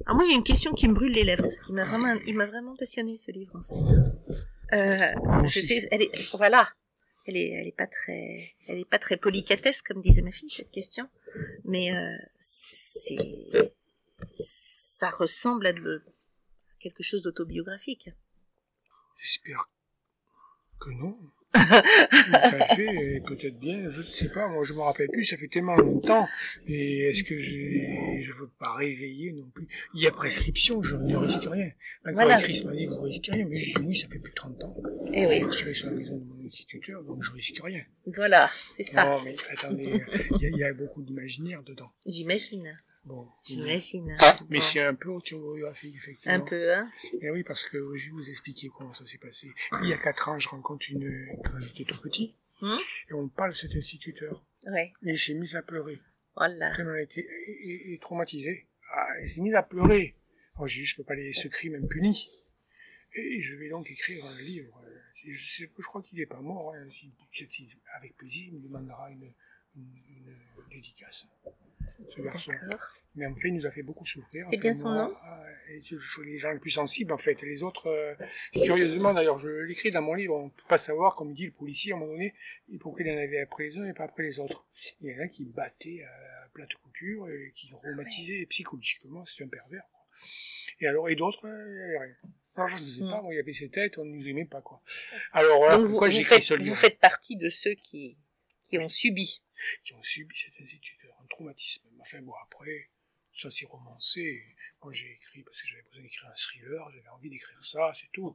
Alors Ah, moi, il y a une question qui me brûle les lèvres, parce qu'il m'a vraiment, il m'a vraiment passionné ce livre. en fait. Euh, je sais, elle est, voilà, elle est, elle est pas très, elle est pas très polycatesse comme disait ma fille cette question, mais euh, c'est, ça ressemble à de- quelque chose d'autobiographique. J'espère que non. Tout à fait, et peut-être bien, je ne sais pas, moi je me rappelle plus, ça fait tellement longtemps, et est-ce que j'ai- je ne veux pas réveiller non plus Il y a prescription, je ne risque rien. La Voilà. correctrice m'a dit que je risque rien, mais je dis oui, ça fait plus de 30 ans. Eh oui. J'ai tiré sur la maison de mon instituteur, donc je risque rien. Voilà, c'est ça. Non, mais attendez, il y, a- il y a beaucoup d'imaginaire dedans. J'imagine, Bon, j'imagine. mais Bon, c'est un peu autobiographique, effectivement. un peu, hein. Eh oui, parce que je vais vous expliquer comment ça s'est passé. Il y a quatre ans, je rencontre une, quand j'étais tout petit, Hmm. et on me parle de cet instituteur. Ouais. Et il s'est mis à pleurer. Voilà. Tellement elle était et, et- et traumatisée. Ah, il s'est mis à pleurer. Alors j'ai dit, je peux pas laisser ce crime impuni. Et je vais donc écrire un livre. Euh, Je, sais, je crois qu'il n'est pas mort. hein. Si- si- si- avec plaisir, il me demandera une, une, une dédicace. Ce garçon. D'accord. Mais en fait, il nous a fait beaucoup souffrir. C'est Enfin, bien son moi, nom euh, et je- je- Les gens les plus sensibles, en fait. Les autres, euh, curieusement, d'ailleurs, je l'écris dans mon livre, on ne peut pas savoir, comme dit le policier à un moment donné, pourquoi il en avait après les uns et pas après les autres. Il y en a qui battaient à plate couture et qui traumatisaient psychologiquement, c'est un pervers. quoi. Et alors, et d'autres, euh, il y avait rien. Alors, je ne sais Mm. pas, moi, il y avait ces têtes, on ne nous aimait pas, quoi. Alors, voilà Donc vous, pourquoi vous j'écris faites, ce livre. vous faites partie de ceux qui, qui ont subi. qui ont subi cet instituteur, un traumatisme. Enfin bon, après, ça s'est romancé. Moi j'ai écrit parce que j'avais besoin d'écrire un thriller, j'avais envie d'écrire ça, c'est tout.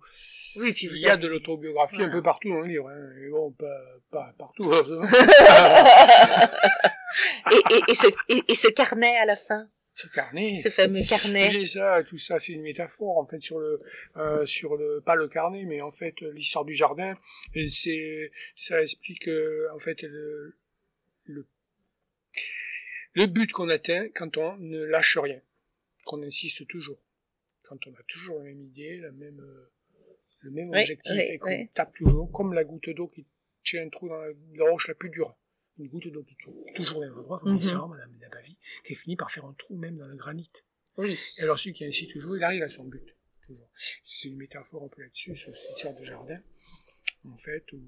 Oui, puis vous Il y a avez- de l'autobiographie un Voilà. peu partout dans le livre, hein. Et bon, pas, pas partout. hein. heureusement. et, et, et, ce, et, et ce carnet à la fin, Ce carnet. ce fameux carnet. Et ça, tout ça, c'est une métaphore en fait sur le, euh, sur le, pas le carnet, mais en fait euh, l'histoire du jardin. Et c'est, ça explique euh, en fait le, le, le but qu'on atteint quand on ne lâche rien, qu'on insiste toujours, quand on a toujours la même idée, la même, euh, le même Oui, objectif oui, et qu'on oui. tape toujours, comme la goutte d'eau qui tient un trou dans la, la roche la plus dure. Une goutte d'eau qui tourne toujours dans l'endroit, comme Mhm. ça, Madame Dabavi, qui finit par faire un trou même dans le granit. Oui. Et alors celui qui insiste toujours, il arrive à son but. toujours. C'est une métaphore un peu là-dessus, sur cette histoire de jardin, en fait, où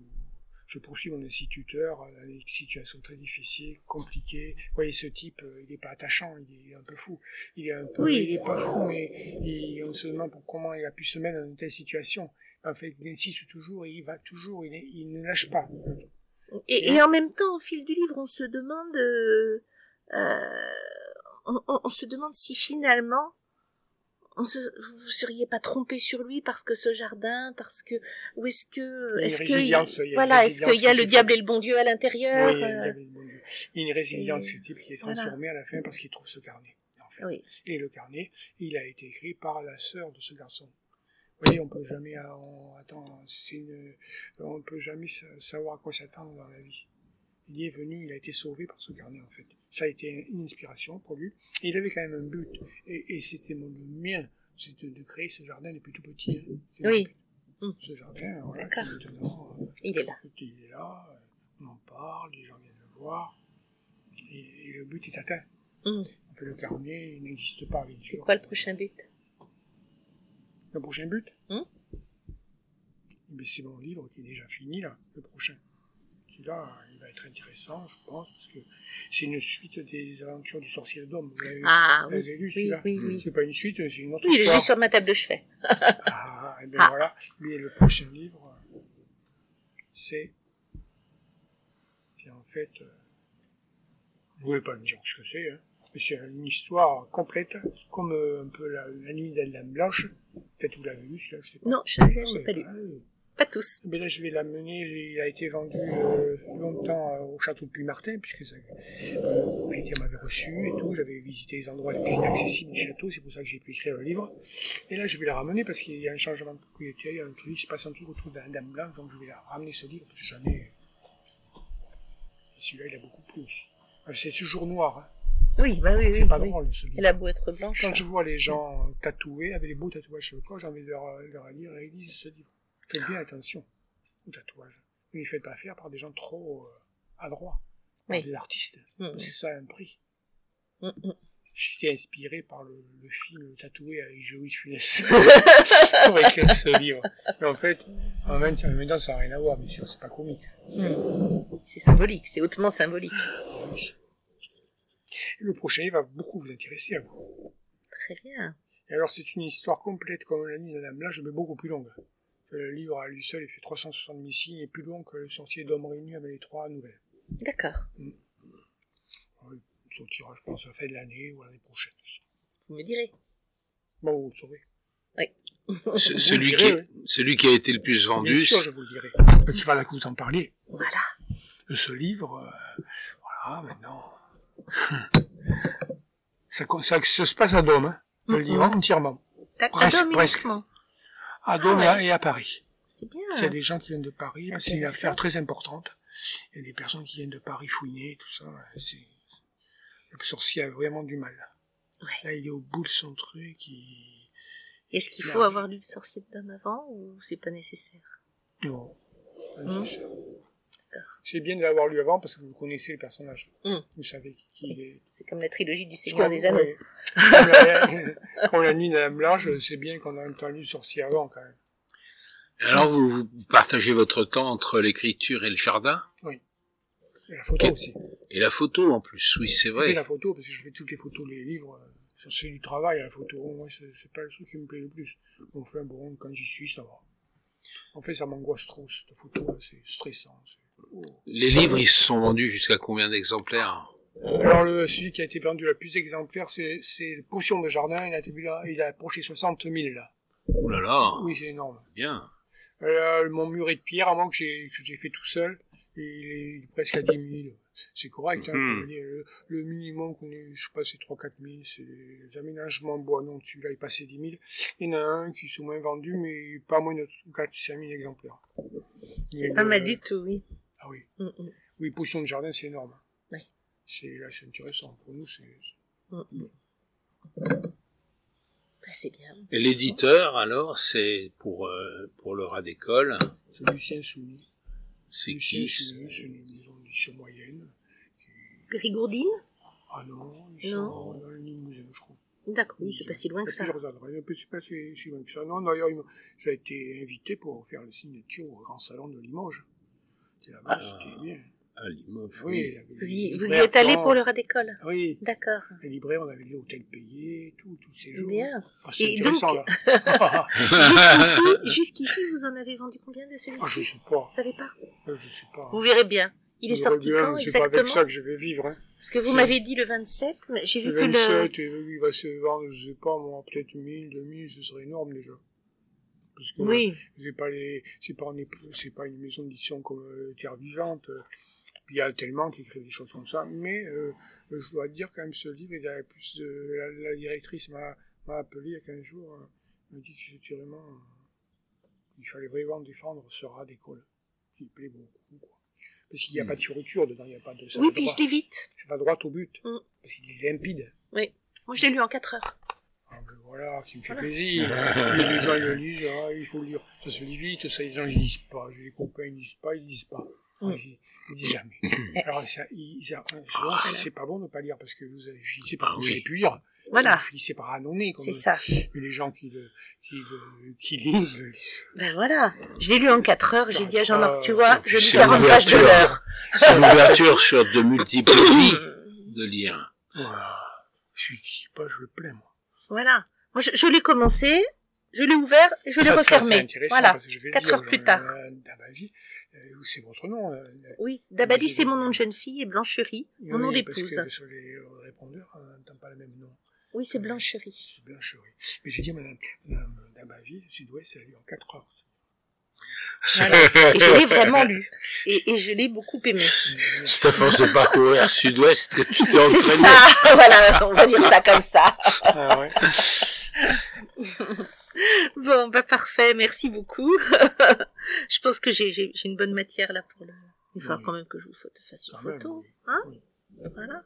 je poursuis mon instituteur dans des situations très difficiles, compliquées. Vous voyez, ce type, euh, il n'est pas attachant, il est, il est un peu fou. Il est un peu, Oui. il est pas fou, mais il- on se demande pour- comment il a pu se mettre dans une telle situation. En fait, il insiste toujours, et il va toujours, il, est- il ne lâche pas. Euh, Et, et en même temps, au fil du livre, on se demande, euh, euh, on, on- on se demande si finalement, on se, vous vous seriez pas trompé sur lui parce que ce jardin, parce que, ou est-ce que, Il y a est-ce une que, résilience, il y a une voilà, est-ce résilience qu'il y a qui le se diable fait. et le bon Dieu à l'intérieur Oui, il y euh, a une- il y a une résilience, ce type qui est voilà. transformé à la fin parce qu'il trouve ce carnet. En fait. oui. Et le carnet, il a été écrit par la sœur de ce garçon. Vous voyez, on peut jamais, euh, on, attends, c'est une- on peut jamais sa- savoir à quoi s'attendre dans la vie. Il est venu, il a été sauvé par ce carnet en fait. Ça a été une inspiration pour lui. Et il avait quand même un but, et, et c'était mon le mien, c'est de, de créer ce jardin depuis tout petit. hein. C'est mon Oui. but. Mm. Ce jardin, voilà, D'accord. qui, maintenant, euh, Il est là. il est là, euh, on en parle, les gens viennent le voir, et, et le but est atteint. Mm. On fait le carnet, il n'existe pas, bien C'est sûr. quoi le prochain but Le prochain but Hum Eh ben, C'est mon livre qui est déjà fini, là, le prochain. Celui-là, il va être intéressant, je pense, parce que c'est une suite des aventures du sorcier d'homme. Vous l'avez Ah vous oui, l'avez lu, oui, celui-là oui, oui. C'est pas une suite, c'est une autre Oui, je histoire. l'ai sur ma table de chevet. Ah, et bien Ah. voilà. Mais le prochain livre, euh, c'est. C'est en fait. euh, Je voulais pas me dire ce que c'est, hein, mais c'est une histoire complète, comme euh, un peu la, la nuit de la Dame Blanche. Peut-être vous l'avez lu, celui-là, je sais pas. Non, je ne Ah l'ai ouais, pas lu. bah oui. Pas tous. Mais là, je vais l'amener. Il a été vendu euh, longtemps euh, au château de Puy-Martin, puisque ça, euh, le propriétaire m'avait reçu et tout. J'avais visité les endroits les plus inaccessibles du château. C'est pour ça que j'ai pu écrire le livre. Et là, je vais la ramener parce qu'il y a un changement de propriétaire. Il y a un truc, il se passe un truc autour de la Dame Blanche. Donc, je vais la ramener ce livre parce que j'en ai. Et Celui-là, il a beaucoup plus. C'est toujours noir. hein. Oui, bah oui, oui. C'est pas oui. drôle, ce livre. Elle a beau être blanche. Quand je vois les gens euh, tatoués, avec les beaux tatouages sur le corps, j'ai envie de leur, leur dire, et ils lisent ce livre. Faites bien attention aux tatouages. Ne les faites pas faire par des gens trop euh, adroits, par Oui. des artistes, Mm. parce que ça a un prix. Mm, mm. J'étais inspiré par le, le film tatoué avec Joey de Funès pour écrire ce livre. Mais en fait, en même, temps- en même temps, ça n'a rien à voir, bien sûr, c'est pas comique. hmm, C'est symbolique, c'est hautement symbolique. Le prochain livre va beaucoup vous intéresser à vous. Très bien. Et alors, c'est une histoire complète, comme l'a dit Madame Lage, mais beaucoup plus longue. Le livre à lui seul, il fait 370 signes et plus long que Le sorcier d'homme réuni avec les trois nouvelles. D'accord. Il sortira, je pense, à la fin de l'année ou à l'année prochaine. Vous me direz. Bon, vous le saurez. Ce- Vous Celui, le qui, direz, celui qui a été le plus vendu. Bien sûr, je vous le dirai. Parce qu'il va la vous en parler. Voilà. de ce livre. euh, voilà, maintenant. ça, con- ça, ça se passe à Dôme, hein, le Mhm. livre entièrement. Tac, Presque, à Dôme presque. uniquement. À Dôme ouais. et à- et à Paris. C'est bien. Il y a des gens qui viennent de Paris, parce qu'il y a une Ah. Intéressant. affaire très importante. Il y a des personnes qui viennent de Paris fouiner, tout ça. ouais, c'est- Le sorcier a vraiment du mal. Ouais. Là, il est au bout de son truc. Il... Est-ce qu'il faut Non. avoir lu le sorcier de Dame avant ou c'est pas nécessaire Non. Mhm. C'est sûr. C'est bien de l'avoir lu avant parce que vous connaissez le personnage. Mhm. Vous savez qui il est. C'est comme la trilogie du Seigneur des Anneaux. Ouais. Comme la- Comme la nuit la large, c'est bien qu'on a un temps lu sorcier avant quand même. Alors, vous, vous partagez votre temps entre l'écriture et le jardin Et la photo Ok. aussi. et la photo en plus. Oui, c'est Et vrai. la photo, parce que je fais toutes les photos, les livres, euh, ça, c'est du travail, la photo. Moi, c'est c'est pas le truc qui me plaît le plus. Enfin, bon, quand j'y suis, ça va. En fait, ça m'angoisse trop, cette photo, là, c'est stressant. c'est- Les livres, ils se sont vendus jusqu'à combien d'exemplaires Alors, le, celui qui a été vendu la plus exemplaire, c'est c'est Potion de Jardin, il a, été- il a- il a approché 60 000 là. Ouh là là, Oui, c'est énorme. bien. Euh, mon mur est de pierre, à moins que j'ai que j'ai fait tout seul, il est, il est presque à 10 000. C'est correct. hein, Mhm. je veux dire, le, le minimum qu'on ait, je sais pas, c'est 3-4 000. C'est les aménagements bois. Non, celui-là est passé 10 000. Il y en a un qui sont moins vendus, mais pas moins de 4-5 000 exemplaires. C'est Mais, pas mal euh, du tout, oui. Ah oui. Mm, mm, Oui, potion de jardin, c'est énorme. Oui. C'est, là, c'est intéressant. Pour nous, c'est, mm, mm. Bah, c'est bien. Et l'éditeur, alors, c'est pour, euh, pour le rat d'école. c'est Lucien Soumy. C'est Lucien qui ce- Soumy, c'est une maison d'édition moyenne. qui- Rigourdine Ah non, ils Non. sont dans le Limousin, je crois. D'accord, oui, c'est pas si loin que ça. Il y a plusieurs adresses. Je ne sais pas si si loin que ça. Non, d'ailleurs, il m'a- j'ai été invité pour faire le signature au grand salon de Limoges. Et là-bas, Ah. c'était bien. Ah, Limoges, Oui, oui. il y avait Vous les y, vous y libraires êtes allé blancs. pour le rat d'école Oui, D'accord, les libraires, on avait de l'hôtel payé, tout, tous ces jours. bien. Ah, c'est Et intéressant, donc- là. Ah, Jusqu'ici, jusqu'ici, vous en avez vendu combien de Ah, je ne celui-ci sais pas. Vous savez pas Je sais pas. Vous verrez bien. Il est Je sorti reviens, quand C'est pas exactement avec ça que je vais vivre. Hein. Parce que vous c'est- m'avez dit le 27, mais j'ai vu Le que le... 27, et il va se vendre, je ne sais pas, moi, peut-être 1000, 2000, ce serait énorme déjà. Parce que- Oui, c'est pas les c'est pas une c'est pas une maison d'édition comme euh, Terre Vivante Euh, puis il y a tellement qui écrivent des choses comme ça mais euh, je dois dire quand même ce livre il a plus de- la, la directrice m'a m'a appelé il y a 15 jours euh, elle m'a dit que c'était vraiment euh, qu'il fallait vraiment défendre ce rat d'école qui plaît beaucoup quoi. parce qu'il n'y a Mm. pas de surrupture dedans il n'y a pas de ça oui va puis droit, je l'ai vite. ça va droit au but Mm. parce qu'il est limpide Moi, je l'ai lu en 4 heures. ah, ben voilà, qui me fait Voilà. plaisir. Il y a des gens, ils le lisent, ah, il faut le lire. Ça se lit vite, ça, les gens, ils lisent pas. J'ai des copains, ils lisent pas, ils lisent pas. Mm. Ils, ils lisent jamais. Alors, ça, ils, ça, euh, souvent, Ah, c'est- c'est pas bon de pas lire parce que vous avez finissez par, Ah vous oui. savez plus lire. Voilà, Vous finissez par annoncer. c'est ça. Mais les gens qui le, qui le, qui lisent, le lisent. Ben voilà, je l'ai lu en 4 heures, j'ai dit à Jean-Marc, tu vois, je lis C'est 40 pages de l'ouverture. l'heure. C'est l'ouverture sur de multiples vies de lire. Voilà. Celui qui lit pas, je le plains, moi. Voilà. Moi, je, je l'ai commencé, je l'ai ouvert et je l'ai Ça, ça, c'est refermé. intéressant Voilà. parce que je vais Quatre lire, heures plus euh, tard. Dans ma vie, euh, c'est votre nom. euh, Oui, Dabadi, J'ai- c'est mon nom de jeune fille et Blancherie, mon oui, nom parce d'épouse. que Sur les euh, répondeurs, on n'entend pas le même nom. Oui, c'est Blancherie. C'est blancherie. Mais j'ai dit, madame, madame Dabavi, Sud-Ouest, elle a lu en 4 heures. Voilà. Et je l'ai vraiment lu. Et, et je l'ai beaucoup aimé. C'est à force de parcourir sud-ouest que tu t'es C'est entraîné. ça, voilà, on va dire ça comme ça. Ah ouais. Bon, bah parfait, merci beaucoup. je pense que j'ai j'ai- j'ai une bonne matière là pour le... Il faudra Oui. quand même que je vous faute- fasse une Quand même, photo. oui. Hein Oui. Voilà.